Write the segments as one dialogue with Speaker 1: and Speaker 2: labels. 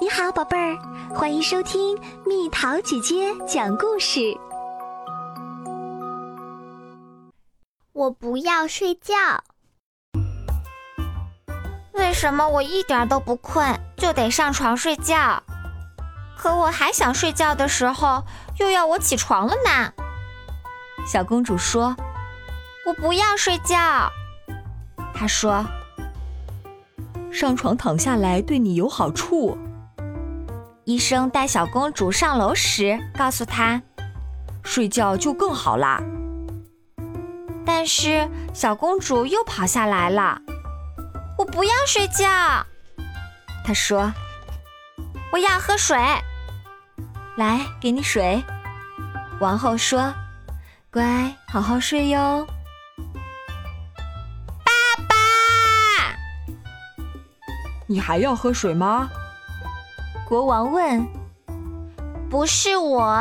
Speaker 1: 你好，宝贝儿，欢迎收听蜜桃姐姐讲故事。
Speaker 2: 我不要睡觉。
Speaker 3: 为什么我一点都不困，就得上床睡觉？可我还想睡觉的时候，又要我起床了呢。小公主说：“我不要睡觉。”她说：“
Speaker 4: 上床躺下来对你有好处。”
Speaker 3: 医生带小公主上楼时告诉她：“
Speaker 4: 睡觉就更好啦。”
Speaker 3: 但是小公主又跑下来了。我不要睡觉，她说：“我要喝水。”来，给你水。王后说：“乖，好好睡哟。”
Speaker 2: 爸爸，
Speaker 4: 你还要喝水吗？
Speaker 3: 国王问。
Speaker 2: “不是我。”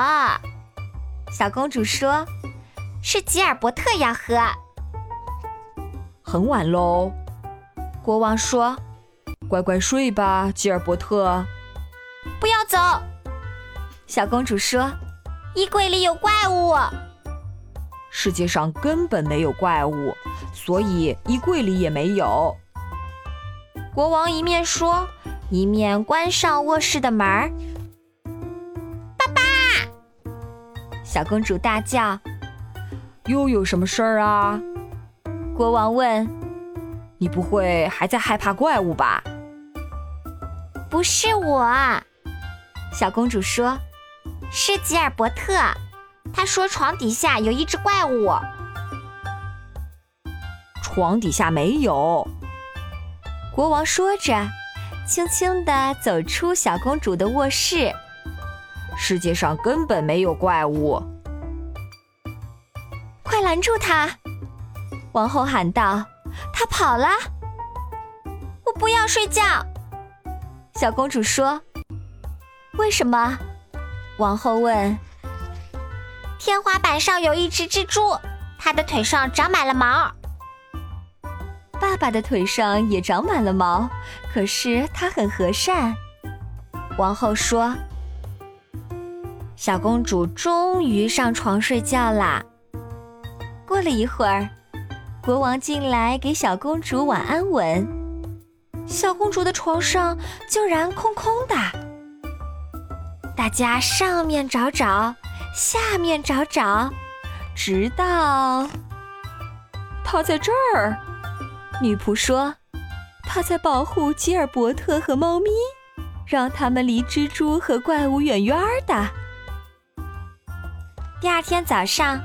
Speaker 3: 小公主说。是吉尔伯特要喝。
Speaker 4: 很晚喽，
Speaker 3: 国王说：“
Speaker 4: 乖乖睡吧，吉尔伯特。”
Speaker 3: 不要走，小公主说：“
Speaker 2: 衣柜里有怪物。”
Speaker 4: 世界上根本没有怪物，所以衣柜里也没有。
Speaker 3: 国王一面说，一面关上卧室的门儿。
Speaker 2: 爸爸！
Speaker 3: 小公主大叫。
Speaker 4: 又有什么事儿啊？
Speaker 3: 国王问。
Speaker 4: “你不会还在害怕怪物吧？”“
Speaker 2: 不是我。”啊
Speaker 3: 小公主说，“
Speaker 2: 是吉尔伯特。他说床底下有一只怪物。”“
Speaker 4: 床底下没有。”
Speaker 3: 国王说着，轻轻地走出小公主的卧室。
Speaker 4: “世界上根本没有怪物。”
Speaker 3: 快拦住他！王后喊道：“他跑了！”我不要睡觉。小公主说：“为什么？”王后问：“
Speaker 2: 天花板上有一只蜘蛛，它的腿上长满了毛。
Speaker 3: 爸爸的腿上也长满了毛，可是他很和善。”王后说：“小公主终于上床睡觉啦。”过了一会儿，国王进来给小公主晚安吻。小公主的床上竟然空空的。大家上面找找，下面找找，直到
Speaker 4: 她在这儿。
Speaker 3: 女仆说：“她在保护吉尔伯特和猫咪，让他们离蜘蛛和怪物远远的。”第二天早上。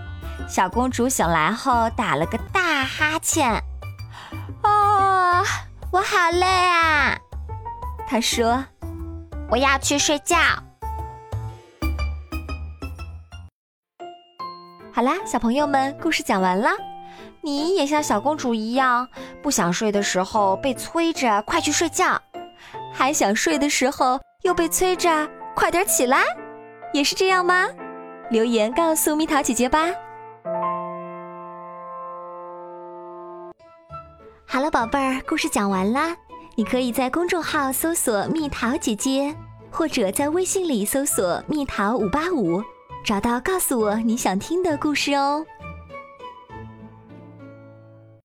Speaker 3: 小公主醒来后打了个大哈欠，哦，我好累啊！她说：“
Speaker 2: 我要去睡觉。”
Speaker 3: 好啦，小朋友们，故事讲完了。你也像小公主一样，不想睡的时候被催着快去睡觉，还想睡的时候又被催着快点起来，也是这样吗？留言告诉蜜桃姐姐吧。
Speaker 1: 好了，宝贝儿，故事讲完啦。你可以在公众号搜索“蜜桃姐姐”，或者在微信里搜索“蜜桃五八五”，找到告诉我你想听的故事哦。